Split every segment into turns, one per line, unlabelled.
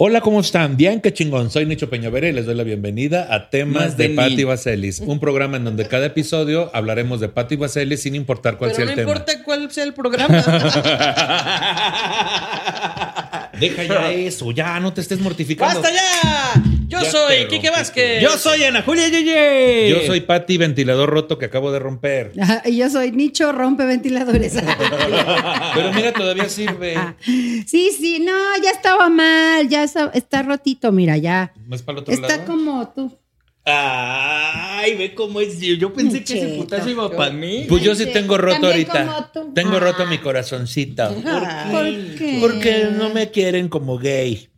Hola, ¿cómo están? Bien, qué chingón. Soy Nicho Peñavera y les doy la bienvenida a Temas
Más
de,
de
Patti
mí.
Vaselis, un programa en donde cada episodio hablaremos de Patti Vaselis sin importar cuál
Pero
sea
no
el tema.
importa cuál sea el programa.
Deja ya eso, ya no te estés mortificando.
¡Basta ya! Yo
Ya te
soy Quique
rompiste.
Vázquez.
Yo soy Ana Julia Yeye.
Yo soy Patti, ventilador roto que acabo de romper.
Ajá, Y yo soy Nicho Rompe Ventiladores.
Pero mira, todavía sirve.
sí, sí, no, ya estaba mal, ya está, está rotito, mira, ya.
Más para el otro
Está
lado.
como tú.
Ay, ve cómo es. Yo yo pensé que ese
Cheto.
putazo iba para mí.
Pues yo
Ay,
sí
sí.
tengo roto
También
ahorita.
como tú.
Tengo
Ah.
roto mi corazoncito.
¿Por qué?
Porque no me quieren como gay.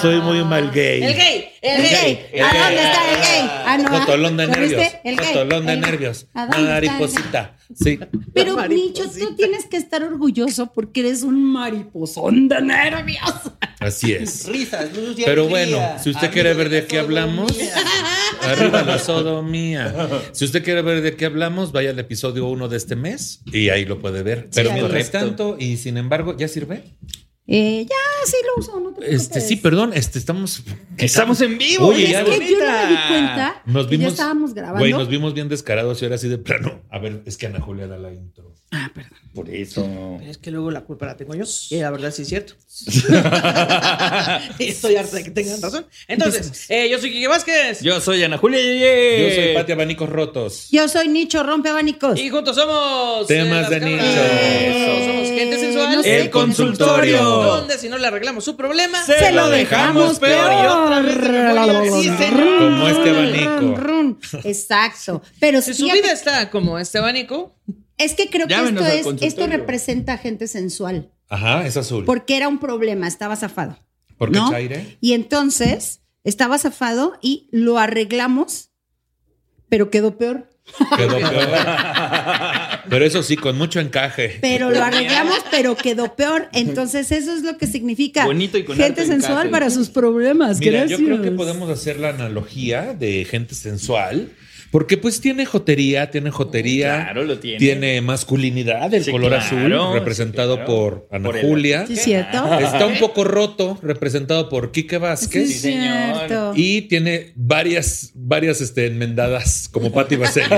Soy muy mal gay.
El gay.
Ah. El
El gay.
gay. ¿A dónde está el gay? Ah, no. ah.
Cotolón de
¿Lo viste?
nervios.
El gay.
Cotolón de
El-
nervios.
¿A dónde está el gay?
Mariposita. Sí.
Pero
mariposita.
Nicho, tú tienes que estar orgulloso porque eres un mariposón de nervios.
Así es.
Risas, luz y
Pero
alegría.
bueno, si usted
Amigos
quiere
Ah,
ver de
la
qué hablamos,
sodomía.
arriba la sodomía. Si usted quiere ver de qué hablamos, vaya al episodio 1 de este mes y ahí lo puede ver. Pero
ahí
mientras
está.
tanto, y sin embargo, ¿ya sirve?
Eh, ya, sí lo uso, no te preocupes.
Este, sí, perdón, este, estamos.
Estamos en vivo.
Oye,
Es
ya,
que yo no me di
bonita.
cuenta
Nos
que
vimos.
ya estábamos grabando.
Güey, nos vimos bien descarados y ahora sí de plano. A ver, es que Ana Julia da la intro.
Ah, perdón.
Por eso.
Es que luego la culpa la tengo yo. Y la verdad sí es cierto. Estoy harta de que tengan razón. Entonces, eh, yo soy Quique Vázquez.
Yo soy Ana Julia
Yo
Yeye.
soy Pati Abanicos Rotos.
Yo soy Nicho Rompe Abanicos.
Y juntos somos. eh,
Temas
las
de
cámaras.
nicho.
Eso, Somos gente sensual.
No sé
El
qué
consultorio.
Donde si no le arreglamos su problema,
Se
Se
lo
lo
dejamos
dejamos
peor.
peor.
Y otra vez se me fue la- Sí, señor.
Como este abanico.
Run, run, run. Exacto. Pero
Si
sí,
su vida está como este abanico,
es que creo que
Llámenos
esto,
al
es, esto
consultorio.
representa gente sensual.
Ajá, es azul.
Porque era un problema, estaba zafado.
¿Por qué
¿no?
Chaire?
Y entonces estaba zafado y lo arreglamos, pero quedó peor.
Quedó peor. Pero eso sí, con mucho encaje.
Pero lo arreglamos, pero quedó peor. Entonces, eso es lo que significa
Bonito y con
gente
harto
sensual
encaje.
para sus problemas.
Mira,
pues, Gracias.
yo creo que podemos hacer la analogía de gente sensual, porque pues tiene jotería, tiene jotería,
Claro, lo tiene.
masculinidad, el
Sí,
color
claro,
azul,
sí,
representado
claro.
por Ana
Por el-
Julia.
Sí, cierto.
Está un poco roto, representado por Quique Vázquez.
Sí,
Sí, señor.
cierto.
Y tiene varias, varias este, enmendadas, como Patti Vaselis.
Sí,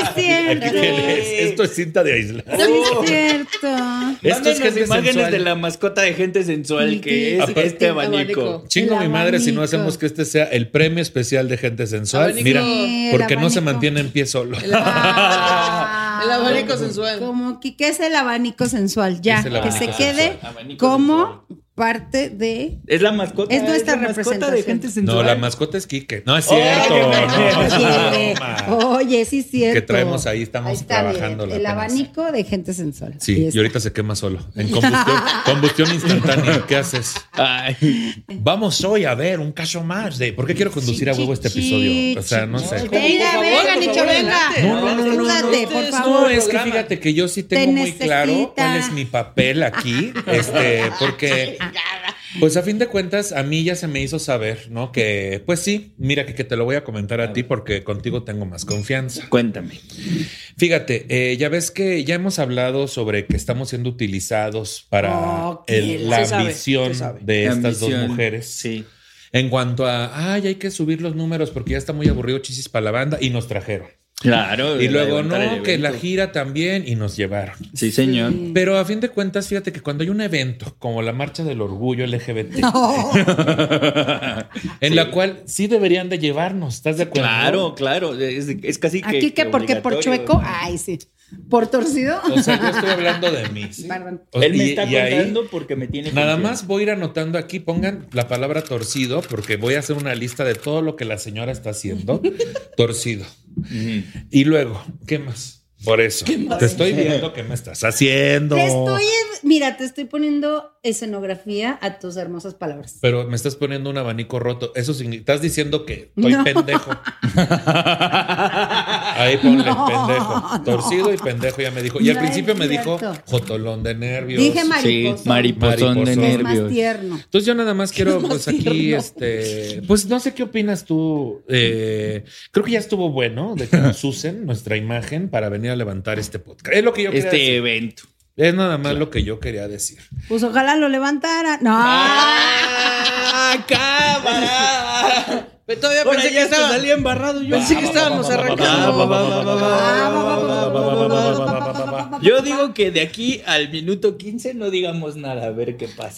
es cierto.
Aquí tienes. Esto es cinta de aisla.
Sí, es cierto.
Esto es
Mándenos
gente
imágenes
sensual.
de la mascota de gente sensual que es
Aparte-
este abanico.
Chingo
El
mi madre si no
abanico.
hacemos que este sea el premio especial de gente sensual.
Abanico.
Mira,
Sí, el
porque no se
abanico.
mantiene en pie solo.
Ah.
el abanico sensual.
Como que, que es el abanico sensual, ya,
Es el
que
abanico
se
sensual.
quede
Ah, Abanico
como parte de...
Es la mascota.
Es nuestra
la mascota de
representación.
gente sensual.
No, la mascota es Quique. No es
Oh,
Oye,
cierto.
qué
no,
Oye,
no, no,
Oye, sí es cierto.
Que traemos ahí, estamos
está bien,
trabajando la
El
tenaza.
abanico de gente sensual. Ahí
Sí, y
está.
ahorita se quema solo. En combustión, combustión instantánea. ¿Qué haces?
Ay.
Vamos hoy a ver un caso más de por qué quiero conducir a huevo este episodio. O sea, no sé.
Venga, venga,
por
Nicho,
favor,
venga.
adelante.
No, no, no, no, no,
Date,
no.
por
No,
favor.
es que
programa.
fíjate que yo sí tengo
Te
muy claro cuál es
necesita.
mi papel aquí, este, porque pues a fin de cuentas a mí ya se me hizo saber, ¿no? Que pues sí, mira que, que te lo voy a comentar a ti porque contigo tengo más confianza.
Cuéntame.
Fíjate, eh, ya ves que ya hemos hablado sobre que estamos siendo utilizados para
Ok,
el- la
se sabe,
visión
se sabe.
de estas dos
Ambición.
mujeres.
Sí.
En cuanto a, ay, hay que subir los números porque ya está muy aburrido chisis para la banda y nos trajeron.
Claro.
Y luego
levantar el
no, que la
evento.
gira también y nos llevaron.
Sí, señor.
Pero a fin de cuentas, fíjate que cuando hay un evento como la Marcha del Orgullo LGBT, en la cual sí deberían de llevarnos, ¿estás de acuerdo?
Claro, claro. Es, es casi que.
Aquí que porque por
obligatorio.
chueco, ay, sí. por torcido.
O sea, yo estoy hablando de mí. ¿sí?
Perdón.
O-
Él me
y-
está
y ahí-
contando porque me tiene
Nada
confianza.
más voy a ir anotando aquí, pongan la palabra torcido, porque voy a hacer una lista de todo lo que la señora está haciendo. torcido.
Ujú.
Y luego, ¿qué más? Por eso. Te estoy viendo que me estás haciendo.
Te estoy, mira, te estoy poniendo escenografía a tus hermosas palabras.
Pero me estás poniendo un abanico roto. Eso significa, estás diciendo que estoy
No.
pendejo. Ahí ponle
No,
pendejo.
no.
Torcido y pendejo, ya me dijo. Y al
No
principio
es
me dijo
cierto.
jotolón de nervios.
Dije
Sí,
mariposa.
mariposón de
Mariposón.
es más
nervios.
tierno.
Entonces yo nada más quiero,
Es más
pues aquí,
tierno.
este, pues no sé qué opinas tú. Eh, creo que ya estuvo bueno de que nos usen nuestra imagen para venir a levantar este podcast. Es lo que yo quería
Este
decir.
evento.
Es nada más lo que yo quería decir.
Pues ojalá lo levantara. No.
¡Ah, cámara!
Pero pues todavía
Ahora
pensé
ya
que,
hasta
estaba-
salí embarrado yo.
pensé que estábamos
arrancando.
Yo digo que de aquí al minuto 15 no digamos nada, a ver qué pasa.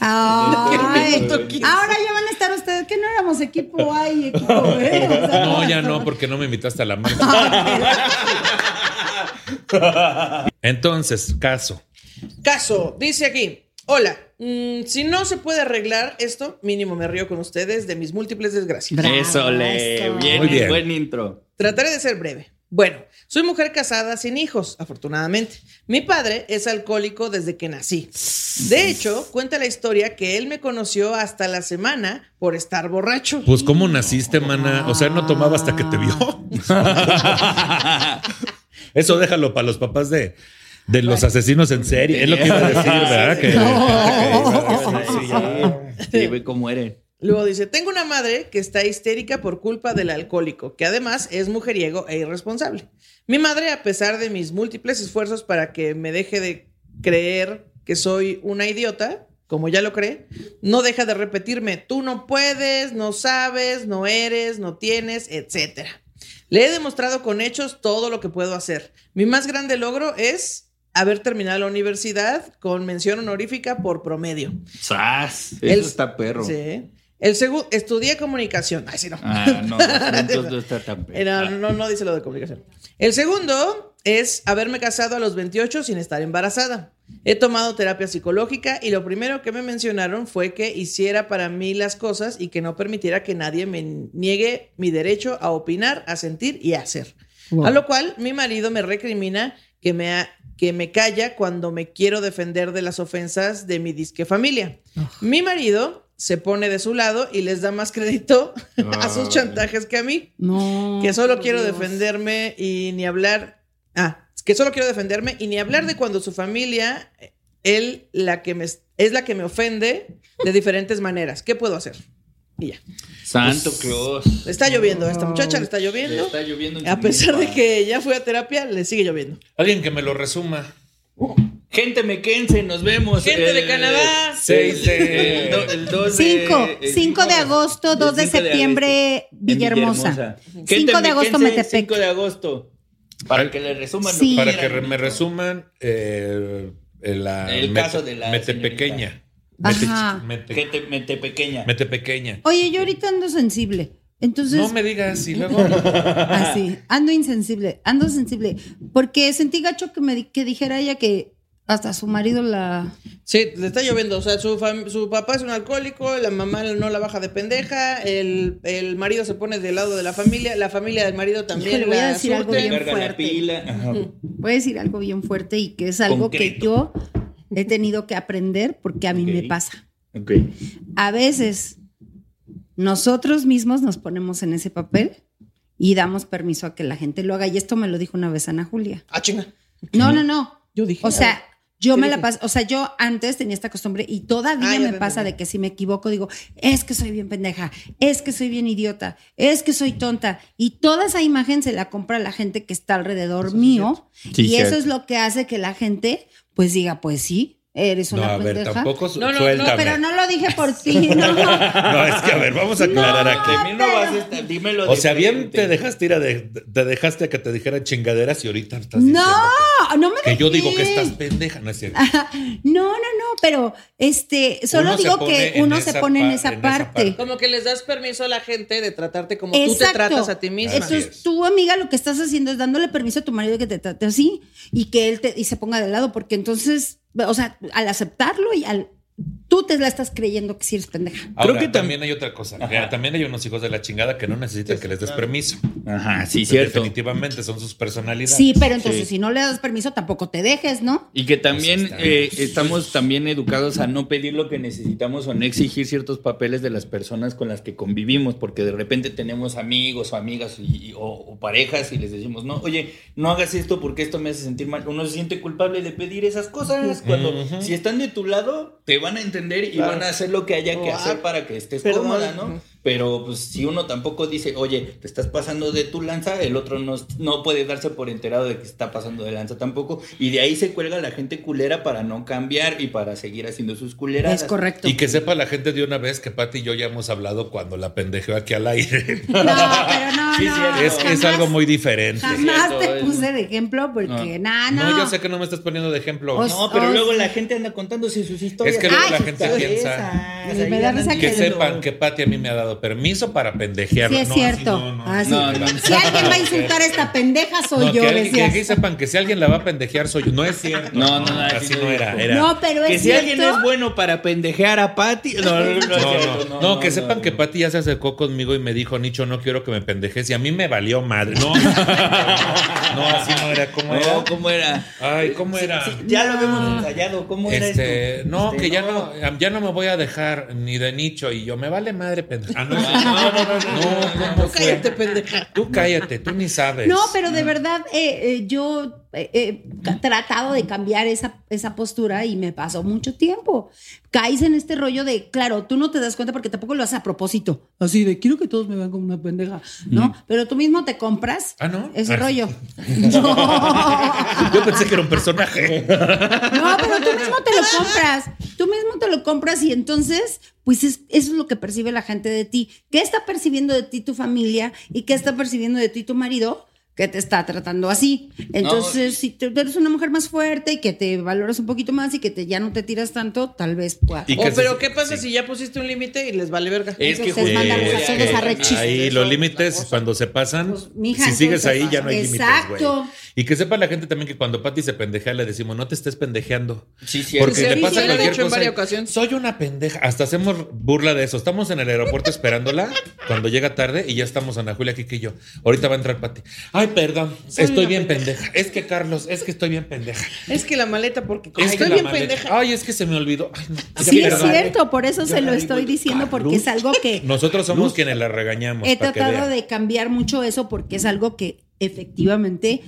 Ay,
Minuto 15.
ahora ya van a estar ustedes, que no éramos equipo A y equipo B. o sea,
No, ya no, porque no me invitaste a la marca. Entonces, caso.
Caso, dice aquí. Hola, mm, si no se puede arreglar esto, mínimo me río con ustedes de mis múltiples desgracias.
Bravo,
Eso le.
eso.
Bien,
Muy bien.
buen intro.
Trataré de ser breve. Bueno, soy mujer casada sin hijos, afortunadamente. Mi padre es alcohólico desde que nací. De hecho, cuenta la historia que él me conoció hasta la semana por estar borracho.
Pues, ¿cómo naciste, mana? O sea, no tomaba hasta que te vio. Eso déjalo para los papás de, de los asesinos en serie. Es lo que iba a decir, ¿verdad? Que- Oh,
Sí, sí, ve cómo eres.
Luego dice, tengo una madre que está histérica por culpa del alcohólico, que además es mujeriego e irresponsable. Mi madre, a pesar de mis múltiples esfuerzos para que me deje de creer que soy una idiota, como ya lo cree, no deja de repetirme, tú no puedes, no sabes, no eres, no tienes, etc. Le he demostrado con hechos todo lo que puedo hacer. Mi más grande logro es haber terminado la universidad con mención honorífica por promedio.
¡Sas! Eso
El-
está perro.
Sí. El segundo, estudié comunicación. Ay, sí, no.
Ah, no, entonces no está tan perro.
Era- no, no dice lo de comunicación. El segundo es haberme casado a los 28 sin estar embarazada. He tomado terapia psicológica y lo primero que me mencionaron fue que hiciera para mí las cosas y que no permitiera que nadie me niegue mi derecho a opinar, a sentir y a hacer. A lo cual mi marido me recrimina que me, ha- que me calla cuando me quiero defender de las ofensas de mi disque familia. Mi marido se pone de su lado y les da más crédito a sus chantajes que a mí,
No.
que solo
por
quiero
Dios.
defenderme y ni hablar. Ah, que solo quiero defenderme y ni hablar de cuando su familia, él la que me es la que me ofende de diferentes maneras. ¿Qué puedo hacer? Y ya.
Ah, Santo
pues,
Claus.
Le pues, está lloviendo a esta muchacha, le está lloviendo.
Está lloviendo en
A
su
pesar de
milpa.
que ya fue a terapia, le sigue lloviendo.
Alguien que me lo resuma.
Gente mequense, nos vemos. Eh,
Gente de Canadá.
Seis de-
el do- el dos de-
5,
el
5 de agosto,
el
2 de
cinco
septiembre,
agosto. En
Villahermosa.
Gente
5 de agosto,
mequense,
Metepec.
5 de agosto. Para que le resuman. lo
Sí.
Para que
quieran.
re- me resuman eh, la
El caso de la
mete
señorita.
pequeña.
Ajá.
Gente metepequeña.
Mete pequeña.
Oye, yo ahorita ando sensible. Entonces,
No me digas y luego.
así, ando insensible, ando sensible. Porque sentí gacho que me di- que dijera ella que hasta su marido la.
Sí, le está lloviendo. O sea, su, fam- su papá es un alcohólico, la mamá no la baja de pendeja, el, el marido se pone del lado de la familia, la familia del marido también.
Híjole, voy a
la
decir algo
surte.
bien
Carga la
fuerte.
pila. Ajá.
Voy a decir algo bien fuerte y que es algo que
Concreto.
yo he tenido que aprender porque a mí
Ok.
me pasa.
Ok.
A veces nosotros mismos nos ponemos en ese papel y damos permiso a que la gente lo haga. Y esto me lo dijo una vez Ana Julia.
Ah, chinga.
No, no, no.
Yo dije.
O sea, yo
¿Qué
me la
dije?
paso, o sea, yo antes tenía esta costumbre y
Ah,
todavía
ya
me
te
pasa
entendí.
de que si me equivoco digo, es que soy bien pendeja, es que soy bien idiota, es que soy tonta. Y toda esa imagen se la compra la gente que está alrededor mío.
Sí,
y
cierto.
eso es lo que hace que la gente pues diga, pues sí, eres
No,
una
a ver,
pendeja.
tampoco su-
No, no, no,
suéltame.
No, pero no lo dije por ti, no.
No, es que a ver, vamos a aclarar
De
aquí.
mí no vas a estar, dímelo.
O sea, bien
diferente.
te dejaste ir a de- te dejaste a que te dijera chingaderas y ahorita estás
No,
diciendo-
No, no me
Que yo digo que
dejé.
estás pendeja, no es cierto.
No, no, no, pero este, solo
Uno se
digo
pone
que
en
uno se
esa
pone en
pa-
esa
en esa
parte.
parte.
Como que les das permiso a la gente de tratarte como tú te
Exacto.
tratas a ti misma.
Eso es-
Entonces, tú, amiga, lo que estás haciendo es dándole permiso a tu marido que te trate así y que él te, y se ponga de lado, porque entonces, o sea, al aceptarlo y al tú te la estás creyendo que sí eres pendeja.
Ahora,
que
que
tam-
también hay otra cosa. Mira,
Ajá.
También hay unos hijos de la chingada que no necesitan que les des permiso.
Ajá, sí,
Pues
cierto.
Definitivamente son sus personalidades.
Sí, pero entonces
Sí.
si no le das permiso, tampoco te dejes, ¿no?
Y que también
Pues está bien.
eh, estamos también educados a no pedir lo que necesitamos o no exigir ciertos papeles de las personas con las que convivimos, porque de repente tenemos amigos o amigas y- y- o, o parejas y les decimos, no, oye, no hagas esto porque esto me hace sentir mal. Uno se siente culpable de pedir esas cosas cuando
Ujú.
si están de tu lado te van a entender y
Claro.
van a hacer lo que haya que
Ah,
hacer para que estés
perdón.
cómoda, ¿no?
Ujú.
Pero pues si uno tampoco dice, oye, te estás pasando de tu lanza, el otro no, no puede darse por enterado de que se está pasando de lanza tampoco. Y de ahí se cuelga la gente culera para no cambiar y para seguir haciendo sus culeradas.
Es correcto.
Y que sepa la gente de una vez que Pati y yo ya hemos hablado cuando la pendejeó aquí al aire.
No, pero no,
Sí,
no.
cierto.
es que es
jamás-
algo muy diferente.
Jamás
Cierto,
te
es-
puse de ejemplo porque nada, no.
No, yo sé que no me estás poniendo de ejemplo.
O sea,
No, pero
Oh,
luego
sí.
la gente anda contándose sus historias.
Es que luego
Ay,
la
sus
gente piensa
Esas,
Y me
ahí
da
andan
risa
que
que
diciendo-
sepan que Pati a mí me ha dado permiso para pendejearlo.
Sí, es
No, así
cierto.
no, no,
Ah, sí.
no, no.
Si alguien va a insultar a esta pendeja, soy
No,
yo,
que, alguien- que
decías.
aquí sepan que si alguien la va a pendejear soy yo. No es cierto.
No, no, no,
así
así
no
no
era.
dijo.
era.
No, pero es
Que si
cierto.
alguien es bueno para pendejear a Patty. No, no, no, es
No,
cierto,
no,
no,
no,
no,
que
no,
sepan
no.
que Pati ya se acercó conmigo y me dijo, Nicho, no quiero que me pendejes. Y a mí me valió madre. No, no, así no era. ¿Cómo
No,
era?
¿cómo era?
Ay, ¿cómo era?
Ya lo habíamos ensayado. ¿Cómo era
Ah. Este,
esto?
no,
Este,
que ya no, ya no me voy a dejar ni de Nicho. Y yo, me vale madre, pendejo. Ah, no,
Ah, no, no,
no,
no, no, no,
¿cómo
Tú
fue?
cállate, pendeja.
Tú cállate, tú ni sabes.
No, pero
Mm.
de verdad, eh, eh, yo eh, eh, he tratado de cambiar esa, esa postura y me pasó mucho tiempo. Caes en este rollo de, claro, tú no te das cuenta porque tampoco lo haces a propósito. Así de, quiero que todos me vean como una pendeja, ¿no? Pero tú mismo te compras
Ah, ¿no?
ese
Ah.
rollo. No.
Yo pensé que era un personaje.
No, pero tú mismo te lo compras. Tú mismo te lo compras y entonces, pues es- eso es lo que percibe la gente de ti. ¿Qué está percibiendo de ti tu familia y qué está percibiendo de ti tu marido? que te está tratando así. Entonces, si tú eres una mujer más fuerte y que te valoras un poquito más y que te, ya no te tiras tanto, tal vez pueda.
Y
O,
que se-
Oh, pero ¿qué pasa
sí.
si ya pusiste un límite y les vale verga?
Es que
Entonces,
justo-
mándalo
Eh,
a hacer desarrechis.
Ahí
Eso,
los
la
límites
cosa.
cuando se pasan,
Pues, mija,
si sigues
entonces,
ahí ya no hay límites,
exacto.
güey. Y que sepa la gente también que cuando Pati se pendejea le decimos, "No te estés pendejeando."
Sí, cierto.
Porque
Sí,
le
sí,
pasa
sí, lo he
cualquier
dicho en
cosa.
varias
y,
ocasiones.
Soy una pendeja. Hasta hacemos burla de eso. Estamos en el aeropuerto esperándola cuando llega tarde y ya estamos Ana Julia Kike y yo. Ahorita va a entrar Pati. Ay, perdón.
Soy
estoy
una
bien pendeja. Es que Carlos, es que estoy bien pendeja.
Es que la maleta, porque como
Es que
estoy
la
bien
maleta-
pendeja.
Ay, es que se me olvidó. Ay, no, ya,
Sí, es
perdón.
cierto, por eso se lo estoy diciendo, porque es algo que
Nosotros somos quienes la regañamos.
He
pues, para que
tratado
vean.
Eh, de cambiar mucho eso porque es algo que efectivamente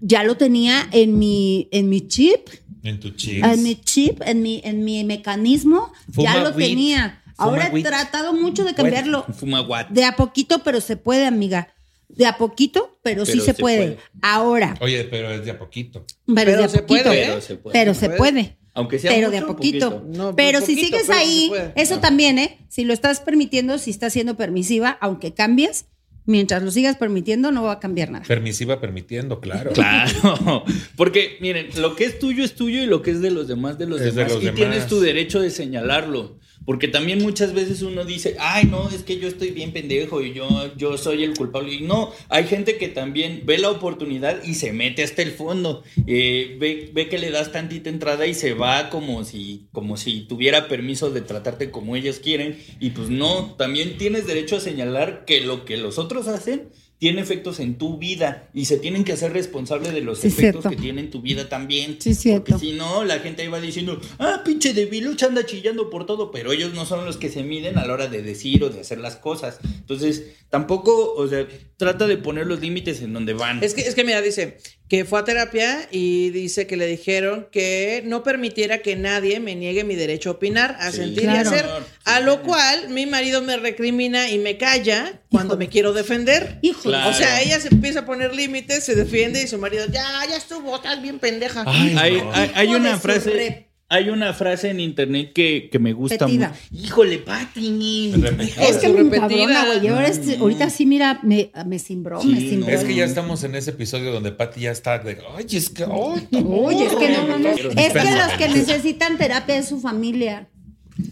ya lo tenía en mi, en mi chip,
En tu chis.
en mi chip, en mi, en mi mecanismo,
Fuma
ya lo
weed.
tenía.
Fuma
Ahora he
weed.
tratado mucho de cambiarlo.
Fuma guat.
De a poquito, pero se puede, amiga. De a poquito, pero, sí
Pero
se,
se
puede.
puede.
Ahora,
Oye, pero es de a poquito.
pero,
Pero
de a
se
poquito.
puede, ¿eh?
Pero se puede.
Pero se
Puede.
puede.
Aunque sea
pero
mucho,
de a poquito.
poquito.
No,
pero si
poquito,
sigues
pero se
ahí,
puede.
eso también, ¿eh? Si lo estás permitiendo, si estás siendo permisiva, aunque cambies, mientras lo sigas permitiendo, no va a cambiar nada.
Permisiva permitiendo, claro.
Claro, porque miren, lo que es tuyo es tuyo y lo que es de los demás de los
Es de
demás.
los
y tienes
demás.
tu derecho de señalarlo, porque también muchas veces uno dice, ay no, es que yo estoy bien pendejo y yo, yo soy el culpable. Y no, hay gente que también ve la oportunidad y se mete hasta el fondo, Eh, ve, ve que le das tantita entrada y se va como si, como si tuviera permiso de tratarte como ellos quieren. Y pues no, también tienes derecho a señalar que lo que los otros hacen tiene efectos en tu vida y se tienen que hacer responsable de los
Sí,
efectos
cierto.
que tiene en tu vida también.
Sí, cierto.
Porque si no, la gente iba diciendo, ah, pinche debilucha anda chillando por todo, pero ellos no son los que se miden a la hora de decir o de hacer las cosas. Entonces, tampoco, o sea, trata de poner los límites en donde van.
Es que, es que mira, dice que fue a terapia y dice que le dijeron que no permitiera que nadie me niegue mi derecho a opinar, a
Sí.
sentir y
Claro.
hacer.
Señor,
A
sí,
lo
señor.
cual mi marido me recrimina y me calla cuando
Hijo.
me quiero defender.
Hijo,
Claro.
O sea, ella se empieza a poner límites, se defiende y su marido, ya, ya estuvo, estás bien pendeja.
Ay,
hay
no.
hay- hay
Hijo de
una
su
frase,
re-
Hay una frase en internet que, que me gusta
Repetida.
mucho. Híjole, Patini.
Es que
Su
me
repetida.
encabrona, güey. y ahora este- ahorita sí, mira, me, me cimbró, me
Sí,
cimbró.
no.
Es que ya estamos en ese episodio donde Patty ya está de, ay, es que, ay,
Oye, es que no mames.
Pero
Es que
dispensa.
los que necesitan terapia es su familia.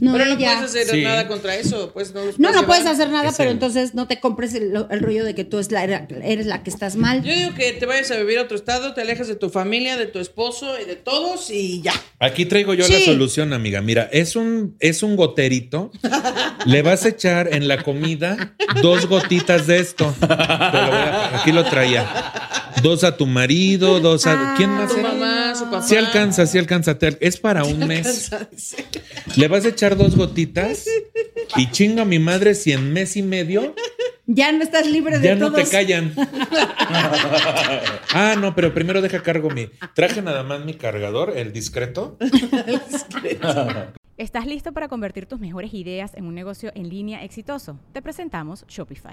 No
Pero no
ella.
puedes hacer
Sí.
nada contra eso. Pues no, los
No, no puedes
llevar.
hacer nada,
Es
pero
el-
entonces no te compres el, el rollo de que tú es la- eres la que estás mal.
Yo digo que te vayas a vivir a otro estado, te alejas de tu familia, de tu esposo y de todos y ya.
Aquí traigo yo la
Sí.
solución, amiga. Mira, es un, es un goterito. Le vas a echar en la comida dos gotitas de esto. Te lo voy a- aquí lo traía. Dos a tu marido, dos a.
Ah,
¿Quién más?
Tu
era?
mamá, su papá.
Si alcanza, si alcanza. te al- Es para un mes. Le vas a echar dos gotitas y chinga mi madre si en mes y medio
Ya no estás libre de
ya no
todos.
te callan. Ah, no, pero primero deja cargo mi. Traje nada más mi cargador, el discreto.
¿Estás listo para convertir tus mejores ideas en un negocio en línea exitoso? Te presentamos Shopify.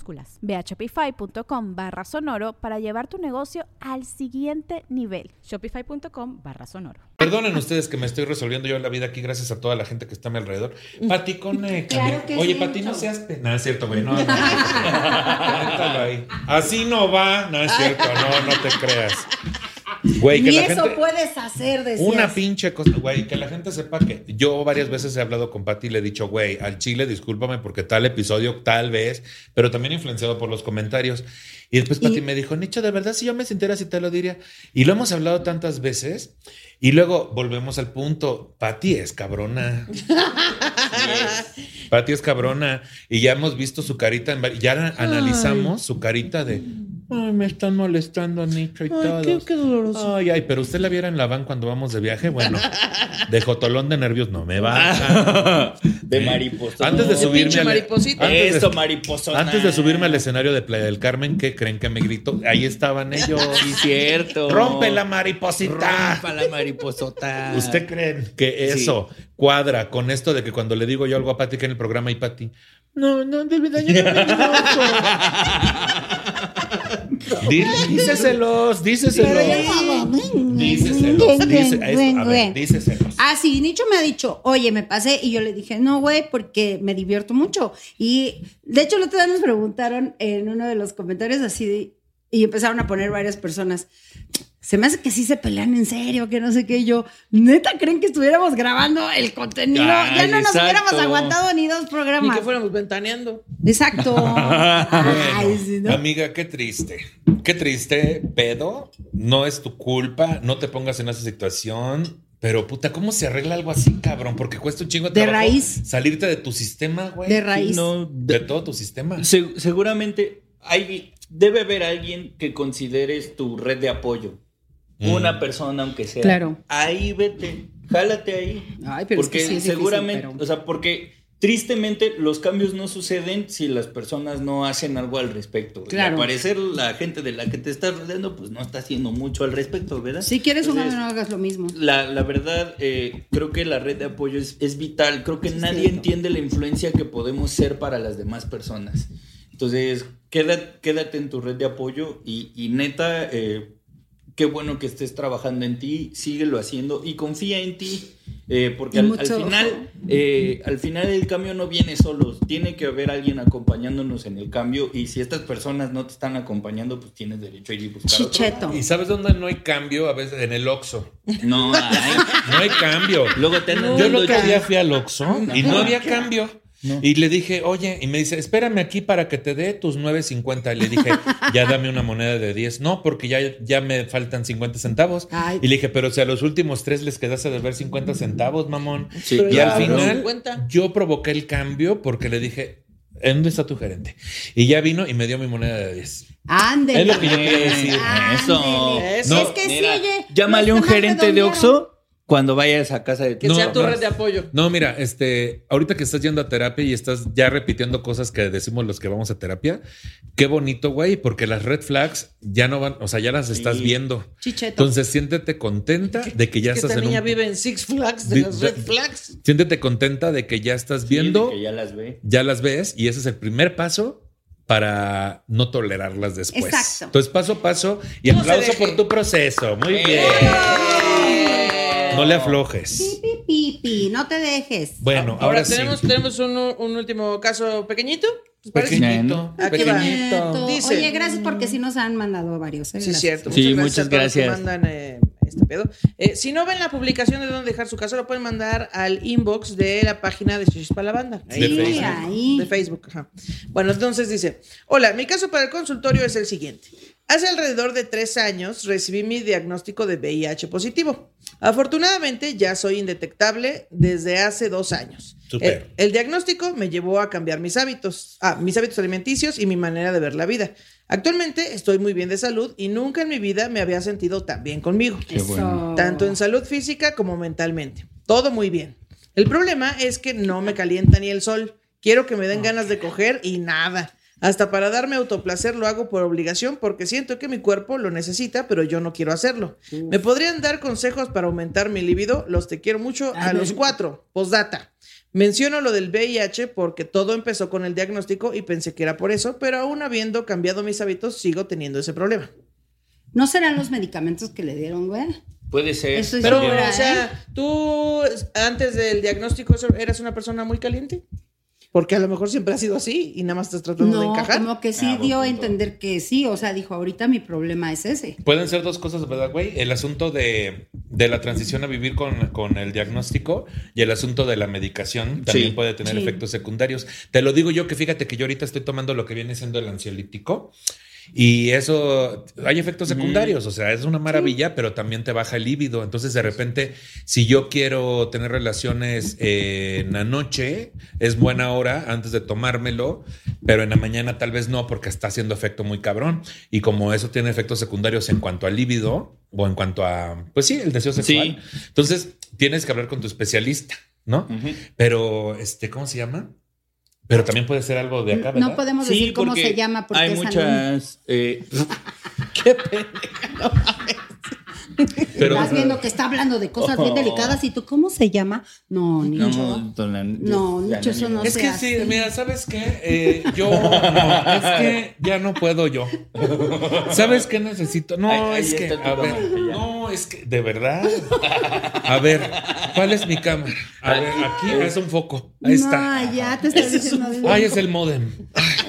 Ve a shopify.com barra sonoro para llevar tu negocio al siguiente nivel.
Shopify.com barra sonoro.
Perdonen ustedes que me estoy resolviendo yo la vida aquí gracias a toda la gente que está a mi alrededor. Pati, conéctame.
Claro que
Oye,
sí,
Pati, no
chavo.
seas... pe- No, es cierto, güey. No, no, no, no, Conéctalo ahí. Así no va. No, es cierto. No, no te creas. Güey, que
Ni
la
eso
gente...
puedes hacer, decías.
Una pinche cosa, güey, que la gente sepa que yo varias veces he hablado con Pati y le he dicho, güey, al chile, discúlpame porque tal episodio, tal vez, pero también influenciado por los comentarios. Y después Pati me dijo, Nicho, de verdad, si yo me sintiera así te lo diría. Y lo hemos hablado tantas veces. Y luego volvemos al punto, Pati es cabrona. Pati es cabrona. Y ya hemos visto su carita, en vari- ya la- analizamos su carita de... Ay, me están molestando, Nicho, y todo. Ay, ay, pero usted la viera en la van cuando vamos de viaje, bueno, de jotolón de nervios no me va.
Ah, de mariposa.
Antes de
su-
subirme
pinche
al e-,
mariposita.
antes de-
Eso, mariposa.
antes de subirme al escenario de Playa del Carmen, ¿qué creen que me gritó? Ahí estaban ellos.
Sí, cierto.
Rompe la mariposita.
Rompa la mariposota.
¿Usted cree que eso cuadra con esto de que cuando le digo yo algo a Pati que en el programa y Pati? No, no, de verdad, yo no me enojo". Di- Díceselos, díceselos. Díceselos, dice- es- a ver, díceselos.
Ah, sí, Nicho me ha dicho, oye, me pasé, y yo le dije, no, güey, porque me divierto mucho. Y de hecho, el otro día nos preguntaron en uno de los comentarios así, de- y empezaron a poner varias personas. Se me hace que sí se pelean en serio, que no sé qué. Y yo, neta, creen que estuviéramos grabando el contenido.
Ay,
ya no nos
exacto.
hubiéramos aguantado ni dos
Ni
programas.
que fuéramos ventaneando.
Exacto. Ay,
Bueno,
sí, ¿no?
Amiga, qué triste. Qué triste, pedo. No es tu culpa. No te pongas en esa situación. Pero puta, ¿cómo se arregla algo así, cabrón? Porque cuesta un chingo de,
De
trabajo
raíz.
Salirte de tu sistema, güey.
De raíz.
No,
De todo tu sistema.
Se- seguramente hay, debe haber alguien que consideres tu red de apoyo.
Mm.
Una persona, aunque sea.
Claro.
Ahí vete, jálate ahí.
Ay, pero es
porque
que sí es difícil,
seguramente,
pero-
o sea, porque tristemente los cambios no suceden si las personas no hacen algo al respecto.
Claro.
Y al parecer la gente de la que te estás rodeando, pues no está haciendo mucho al respecto, ¿verdad?
Si quieres un
Entonces,
no hagas lo mismo.
la, la verdad, eh, creo que la red de apoyo es, es vital. Creo que
Sí, es
nadie
cierto.
entiende la influencia que podemos ser para las demás personas. Entonces, quédate, quédate en tu red de apoyo y, y neta, eh, qué bueno que estés trabajando en ti, síguelo haciendo y confía en ti, eh, porque
Y
al, al
mucho ojo.
final, eh, al final el cambio no viene solo, tiene que haber alguien acompañándonos en el cambio y si estas personas no te están acompañando, pues tienes derecho a ir y buscar otro.
Chicheto.
¿Y sabes dónde no hay cambio? A veces en el Oxxo.
No, ay.
No hay cambio.
Luego te andan
Yo el
dando
otro
chance.
día fui al Oxxo y no había cambio. Y le dije, oye, y me dice, espérame aquí para que te dé tus 9.50. Y le dije, ya dame una moneda de 10. No, porque ya, ya me faltan 50 centavos.
Ay.
Y le dije, pero si a los últimos tres les quedaste de ver 50 centavos, mamón.
Sí,
y
claro.
al final,
50.
yo provoqué el cambio porque le dije, ¿en dónde está tu gerente? Y ya vino y me dio mi moneda de 10.
Ándele.
Es lo que yo quería decir.
Eso.
Ándele.
Eso.
Es que
Mira,
sí, oye.
Llámale a
no
un
está mal
gerente de
redondear.
Oxxo cuando vayas a casa de tu
Que
No,
sea tu
no.
red de apoyo.
No, mira, este, ahorita que estás yendo a terapia y estás ya repitiendo cosas que decimos los que vamos a terapia, qué bonito, güey, porque las red flags ya no van, o sea, ya las estás
Sí.
viendo.
Chicheto.
Entonces siéntete contenta de que ya
Es que
estás
esta
en
niña
un-
vive en Six Flags, de
Vi-
las
de-
Red Flags.
siéntete contenta de que ya estás viendo,
Que ya las ve.
ya las ves y ese es el primer paso para no tolerarlas después.
Exacto.
Entonces paso a paso y
No se
aplauso
deje.
por tu proceso. Muy
Eh.
bien. No le aflojes.
Pi, pi, pi, no te dejes.
Bueno,
Ahora,
ahora, sí.
tenemos, tenemos un, un último caso pequeñito. ¿les parece?
Pequeñito.
Aquí va.
Neto.
Dice-
Oye, gracias porque sí nos han mandado varios. eh,
Sí,
gracias.
cierto.
Sí,
a
muchas
todos los que
gracias.
mandan eh, este pedo. Eh, si no ven la publicación de dónde dejar su caso, lo pueden mandar al inbox de la página de Shishis para la Banda.
Sí,
De
ahí.
Facebook.
De Facebook, ajá. Bueno, entonces dice, hola, mi caso para el consultorio es el siguiente. Hace alrededor de tres años recibí mi diagnóstico de VIH positivo. Afortunadamente ya soy indetectable desde hace dos años. Eh,
Súper.
El, el diagnóstico me llevó a cambiar mis hábitos, ah, mis hábitos alimenticios y mi manera de ver la vida. Actualmente estoy muy bien de salud y nunca en mi vida me había sentido tan bien conmigo
Eso.
bueno.
tanto en salud física como mentalmente. Todo muy bien. El problema es que no me calienta ni el sol. Quiero que me den ganas de coger y nada. Hasta para darme autoplacer lo hago por obligación porque siento que mi cuerpo lo necesita, pero yo no quiero hacerlo. ¿Me podrían dar consejos para aumentar mi libido? Los te quiero mucho a los cuatro. Postdata. Menciono lo del VIH porque todo empezó con el diagnóstico y pensé que era por eso, pero aún habiendo cambiado mis hábitos sigo teniendo ese problema.
¿No serán los medicamentos que le dieron, güey?
Puede ser.
Eso es
Pero,
segura,
o sea,
¿eh?
tú antes del diagnóstico eso- eras una persona muy caliente. Porque a lo mejor siempre ha sido así y nada más estás tratando de
No,
encajar.
como que sí
Ah, buen
dio a
punto.
entender que sí. O sea, dijo, ahorita mi problema es ese.
Pueden ser dos cosas, ¿verdad, güey? El asunto de, de la transición a vivir con, con el diagnóstico y el asunto de la medicación también
Sí.
puede tener
Sí.
efectos secundarios. Te lo digo yo que fíjate que yo ahorita estoy tomando lo que viene siendo el ansiolítico y eso, hay efectos secundarios, o sea, es una maravilla, pero también te baja el líbido. Entonces, de repente, si yo quiero tener relaciones eh, en la noche, es buena hora antes de tomármelo, pero en la mañana tal vez no, porque está haciendo efecto muy cabrón. Y como eso tiene efectos secundarios en cuanto al líbido o en cuanto a, pues sí, el deseo sexual, entonces tienes que hablar con tu especialista, ¿no?
Ujú.
Pero, este, ¿cómo se llama? Pero también puede ser algo de acá, ¿verdad?
No podemos decir cómo
porque
se llama porque
hay
es anónimo.
muchas. eh,
Pero-
Estás viendo que está hablando de cosas bien
Oh.
delicadas y tú, ¿cómo se llama?
no,
No, nicho.
don Lan-
No,
Lan-
Nicho, eso no
Es
se
que
hace.
sí, mira, ¿sabes qué? Eh, yo no, es que ya no puedo yo. ¿Sabes qué necesito? No,
Ahí- ahí
es que,
está tu
a ver,
cámara, ya.
no, es que, de verdad. A ver, ¿cuál es mi cámara? A ver, aquí ah, es un foco. Ahí está.
No, ya te estoy diciendo.
Ay, es el modem.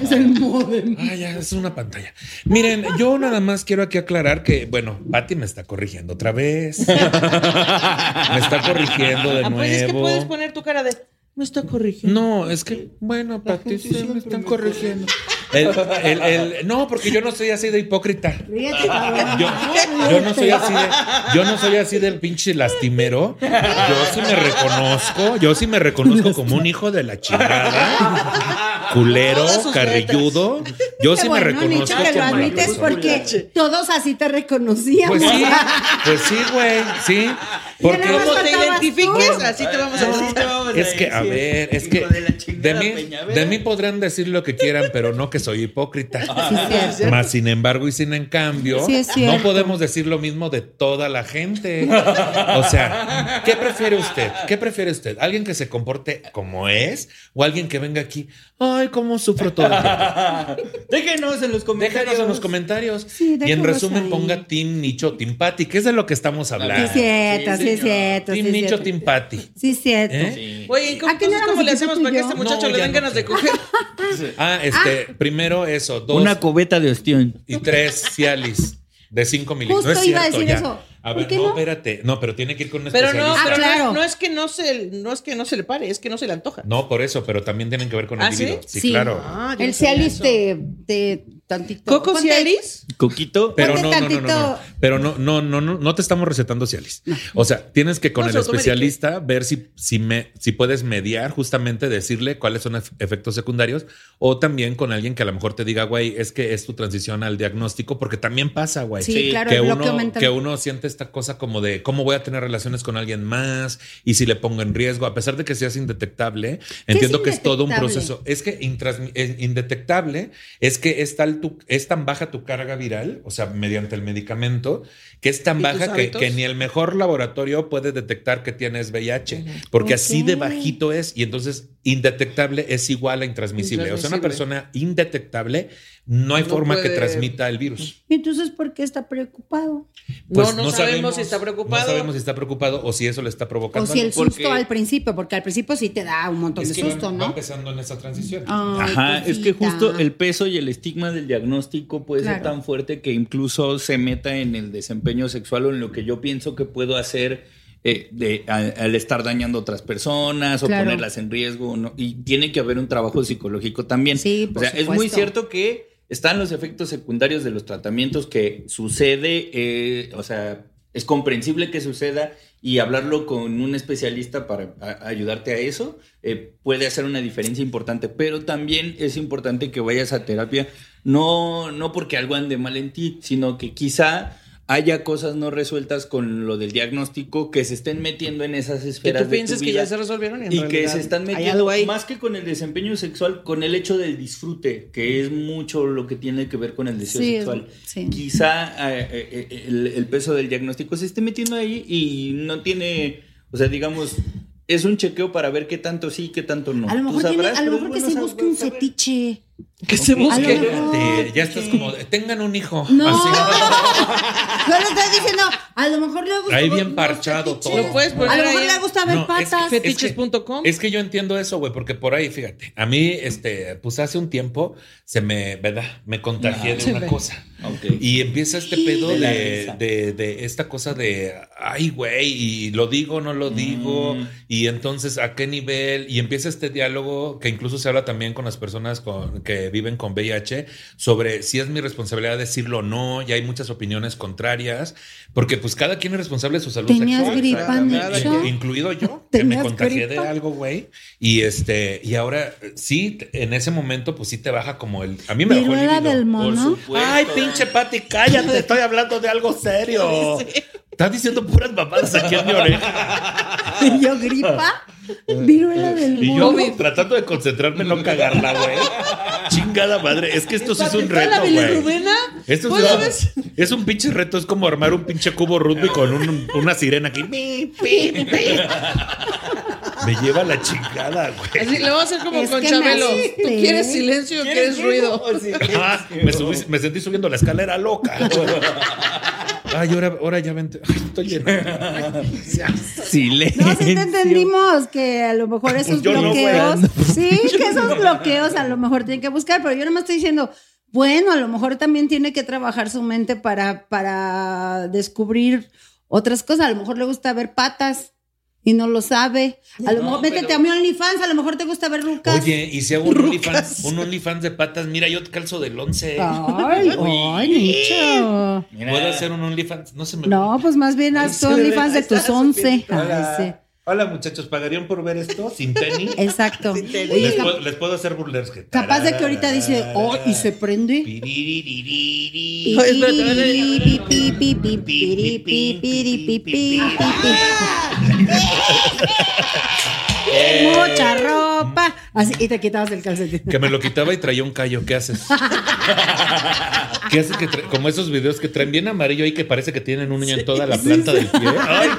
Es el modem.
Ah, ya, es una pantalla. Miren, yo nada más quiero aquí aclarar que, bueno, Patti me está corrigiendo otra vez. Me está corrigiendo de
Ah,
nuevo.
pues es que puedes poner tu cara de me está corrigiendo.
No, es que, bueno, Pati, sí, me están corrigiendo. El, el- el- no, porque yo no soy así de hipócrita.
Ríete, cabrón.
Yo, yo no soy así de, yo no soy así del pinche lastimero. Yo sí me reconozco, yo sí me reconozco como un hijo de la chingada, culero,
Todas sus
carrilludo. Yo sí me
Bueno,
reconozco
Nicho, que lo
como
admites
eso.
porque todos así te reconocían.
Pues sí, pues sí, güey, sí. Porque
nada más
Como te
faltabas
identifiques,
tú.
así te vamos a
Así
decir.
te vamos a
Es que, a
decir.
ver, es
Hijo
que
de la chingada
de mí,
Peñavera.
de mí podrán decir lo que quieran, pero no que soy hipócrita.
Sí, Ah, cierto.
Más sin embargo y sin en cambio,
Sí, es
no
cierto.
podemos decir lo mismo de toda la gente. O sea, ¿qué prefiere usted? ¿Qué prefiere usted? ¿Alguien que se comporte como es o alguien que venga aquí? Ay, cómo sufro todo el tiempo.
Déjenos en los comentarios.
Déjanos en los comentarios.
Sí,
y en
déjanos
resumen,
ahí.
ponga Team Nicho, Team Patty, que es de lo que estamos
Sí,
hablando.
es cierto, sí,
Sí,
es cierto.
Team
sí, es
Nicho,
cierto.
Team Patty.
Sí, es cierto.
¿Eh?
Sí.
Oye, ¿y cómo,
¿A quién
entonces,
éramos
¿cómo le hacemos
equipito tú y
para que a
yo?
este
No,
muchacho le
ya
den
no
ganas de
quiero.
coger?
Ah, este, primero eso, dos.
Una cubeta de ostión.
y tres Cialis de 5 mililitros.
Justo
No es
iba a
cierto,
decir
ya.
eso.
A
¿Por
ver,
qué
no,
no?
espérate. No, pero tiene que ir con un
Pero no,
especialista.
Ah,
pero no-
claro.
no, es que no se, no es que no se le pare, es que no se le antoja.
No, por eso, pero también tienen que ver con el
¿Ah, sí?
libido. Sí,
Sí.
claro.
Ah, yo no
El
sabía
Cialis
eso.
te, te tantito.
Coco
Ponte-
Cialis.
Coquito.
Pero
Ponte
no, no, no, no, no.
tantito.
Pero no, no, no, no, no te estamos recetando Cialis. O sea, tienes que con
No,
el
se lo tome
especialista ver si, si, me, si puedes mediar, justamente decirle cuáles son ef- efectos secundarios, o también con alguien que a lo mejor te diga, güey, es que es tu transición al diagnóstico, porque también pasa, güey.
Sí,
Sí,
claro,
que
el bloqueo
uno,
mental.
que uno siente esta cosa como de cómo voy a tener relaciones con alguien más y si le pongo en riesgo, a pesar de que seas indetectable, entiendo que es todo un
indetectable?
proceso. Es que intrasmi- es indetectable es que es, tal tu- es tan baja tu carga viral, o sea, mediante el medicamento, que es tan
¿Y tus
baja que,
hábitos?
que ni el mejor laboratorio puede detectar que tienes VIH, porque así de
Ok.
bajito es y entonces indetectable es igual a intransmisible. O sea, una
Intransmisible.
persona indetectable no hay
No
forma que
puede-
transmita el virus.
Entonces, ¿por qué está preocupado?
Pues
no, no, sabemos, si está preocupado.
No sabemos si está preocupado o si eso le está
O
provocando.
si el
algo.
susto
porque-
al principio, porque al principio sí te da un montón de
va-
susto,
va
¿no? Ah,
empezando en esa transición.
Ay,
Ajá, es que
cosita.
justo el peso y el estigma del diagnóstico puede ser
Claro.
tan fuerte que incluso se meta en el desempeño sexual o en lo que yo pienso que puedo hacer eh, de- al, al estar dañando a otras personas o
Claro.
ponerlas en riesgo. ¿no? Y tiene que haber un trabajo psicológico también.
Sí,
o
por
sea, es muy
supuesto.
cierto que están los efectos secundarios de los tratamientos que sucede, eh, o sea, es comprensible que suceda y hablarlo con un especialista para a- ayudarte a eso eh, puede hacer una diferencia importante, pero también es importante que vayas a terapia, no, no porque algo ande mal en ti, sino que quizá haya cosas no resueltas con lo del diagnóstico que se estén metiendo en esas
que
esferas. de
tú
tu
pienses que
vida
ya se resolvieron y, en
y que
realidad
se están
hay algo
metiendo
ahí.
más que con el desempeño sexual, con el hecho del disfrute, que es mucho lo que tiene que ver con el deseo
Sí, es-
sexual.
sí.
Quizá eh, eh, eh, el, el peso del diagnóstico se esté metiendo ahí y no tiene, o sea, digamos, es un chequeo para ver qué tanto sí, qué tanto no.
A lo
Tú
mejor, tiene-
sabrás,
a lo
pero es
mejor que
bueno
se
saber-
busque un
saber.
fetiche.
que se
A lo
Espérate,
busque.
mejor.
ya estás como, de, tengan un hijo.
No,
Así.
yo le estoy diciendo, a lo mejor le gusta.
Ahí
ver
bien
unos
parchado
fetiches.
todo.
Lo puedes poner
A lo mejor
ahí
le
en-
gusta ver
No, es que
patas.
fe- es que-
Fetiches.com.
Es que yo entiendo eso, güey, porque por ahí, fíjate, a mí, este, pues hace un tiempo se me, ¿verdad? Me contagié de una cosa.
Ok.
Y empieza este pedo
De la
de,
risa.
de- de esta cosa de, ay, güey, y lo digo, no lo digo,
Mm.
y entonces a qué nivel, y empieza este diálogo que incluso se habla también con las personas con, que viven con VIH sobre si es mi responsabilidad decirlo o no, y hay muchas opiniones contrarias, porque pues cada quien es responsable de su salud
Tenías
sexual.
gripa,
Exactamente.
Nicho.
Inclu- incluido yo, que me
¿Tenías
contagié de
gripa?
algo, güey. Y este, y ahora eh, sí, t- en ese momento, pues sí te baja como el. A mí me bajó el
Viruela
libido.
del mono.
supuesto.
Pati, cállate, estoy hablando de algo serio. Estás diciendo puras papadas aquí en mi oreja.
Y yo gripa, viruela del
Y
mono.
yo tratando de concentrarme en no cagarla, güey. Chingada madre, es que esto sí es un
¿Está
reto,
la
güey.
bilirrubina?
Esto
Pues,
es, un- es un pinche reto, es como armar un pinche cubo Rubik con un- una sirena aquí. Pi, pi, pi. Me lleva la chingada, güey.
Así, le vamos a hacer como
Es
con
que
Chabelo.
naciste.
¿Tú quieres silencio o quieres ruido?
Ah, me, subí- me sentí subiendo la escalera loca. Ay, ahora, ahora ya vente. Ay, estoy lleno.
Silencio.
No, sí te entendimos que a lo mejor esos
Yo no, pues, güey.
bloqueos, sí, que esos bloqueos a lo mejor tienen que buscar, pero yo nada más estoy diciendo, bueno, a lo mejor también tiene que trabajar su mente para, para descubrir otras cosas. A lo mejor le gusta ver patas y no lo sabe. A lo
No,
mejor métete
pero-
a mi OnlyFans, a lo mejor te gusta ver Lucas.
Oye, y si hago un OnlyFans, un OnlyFans de patas, mira, yo calzo del 11.
Ay, ay, Nicho.
Mira.
¿Puedo hacer un OnlyFans? No se me.
No, pues más bien haz tu OnlyFans de tus once.
Hola.
Ay, sí.
Hola, muchachos, ¿pagarían por ver esto sin tenis?
Exacto. Oye,
Les,
cap-
puedo, les puedo hacer burlers. que
capaz de que ahorita dice, oh, y se prende.
Piririririri.
Ay, espérate, espérate.
Mucha ropa. Así, y te quitabas el calcetín.
Eh. Que me lo quitaba y traía un callo. ¿Qué haces? ¿Qué haces? Que tra- como esos videos que traen bien amarillo y que parece que tienen un niño en toda la planta del pie. Ay,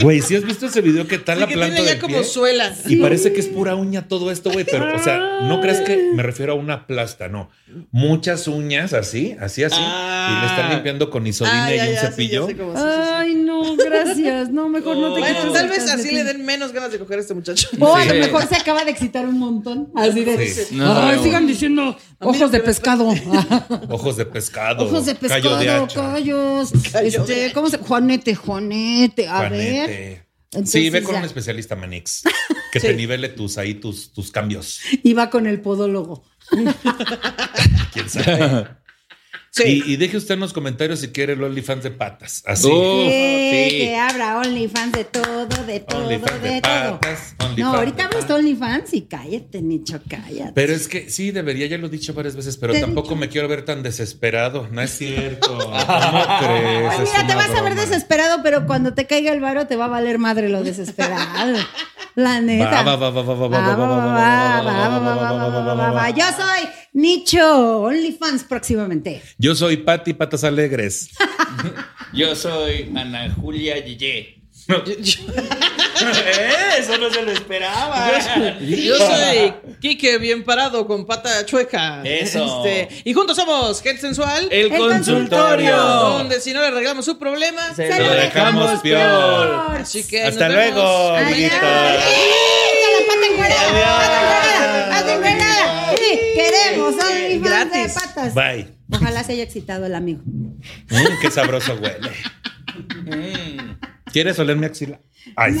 Güey, si has visto ese video que tal
Así
la
que
planta
tiene
del
ya
pie.
como suela.
Y parece que es pura uña todo esto, güey, pero, o sea, no crees que me refiero a una plasta, no. Muchas uñas así, así, así, y le están
Ah.
limpiando con
Ah,
isodina y
ya,
un
ya, sí, ya
cepillo.
sé cómo se hace.
Ay, no. gracias. No, mejor no te
Bueno,
quites
tal
el
vez así
calcetín.
le den menos ganas de coger a este muchacho.
O a
Sí.
lo mejor se acaba de excitar un montón. Así de.
Sí.
No,
Ay,
no.
sigan diciendo ojos de pescado.
Ojos de pescado.
ojos de
callo
pescado,
de hacha.
callos.
Callo de
este, ¿Cómo se Juanete, Juanete. A ver.
Juanete. sí,
Entonces,
ve con
ya.
un especialista, Manix. Que te nivele tus ahí tus, tus cambios.
Iba con el podólogo.
Quién sabe.
Sí.
Y, y deje usted en los comentarios si quiere el OnlyFans de patas. Así.
Oh,
Eh,
sí.
Que abra OnlyFans de todo, de todo, de
OnlyFans de
todo.
patas, OnlyFans
no,
de
ahorita abres
patas.
OnlyFans y cállate, Nicho, cállate.
Pero es que sí, debería, ya lo he dicho varias veces, pero
Te he
tampoco
dicho.
me quiero ver tan desesperado. No es cierto. ¿Cómo crees?
Ay,
Es
Pues mira,
una
te vas a ver
broma.
desesperado, pero cuando te caiga el varo te va a valer madre lo desesperado. La neta.
Va, va, va, va, va, va, va,
Va, va,
va, va,
va, va,
va,
va, va,
va,
va, va, va, va, va.
va.
Yo soy Nicho OnlyFans próximamente.
Yo soy Pati Patas Alegres.
Yo soy Ana Julia Yeye. Eh, Eso no se lo esperaba.
Yo soy Quique bien parado con pata chueca.
Eso.
Este, y juntos somos Get Sensual,
El
El
consultorio.
consultorio.
donde si no le arreglamos su problema,
Se
Se
lo
lo
dejamos
dejamos peor.
Así que
Hasta
nos vemos.
luego,
Bye.
Adiós.
amiguitos.
¡Eh! ¡Con la pata encuerada! ¡Pata
Adiós.
encuerada! ¡Pata encuerada! Sí, queremos OnlyFans de
Gratis.
patas.
Bye.
Ojalá se haya excitado el amigo.
Mm, qué sabroso huele.
Mm.
¿Quieres oler mi axila? Ay, sí.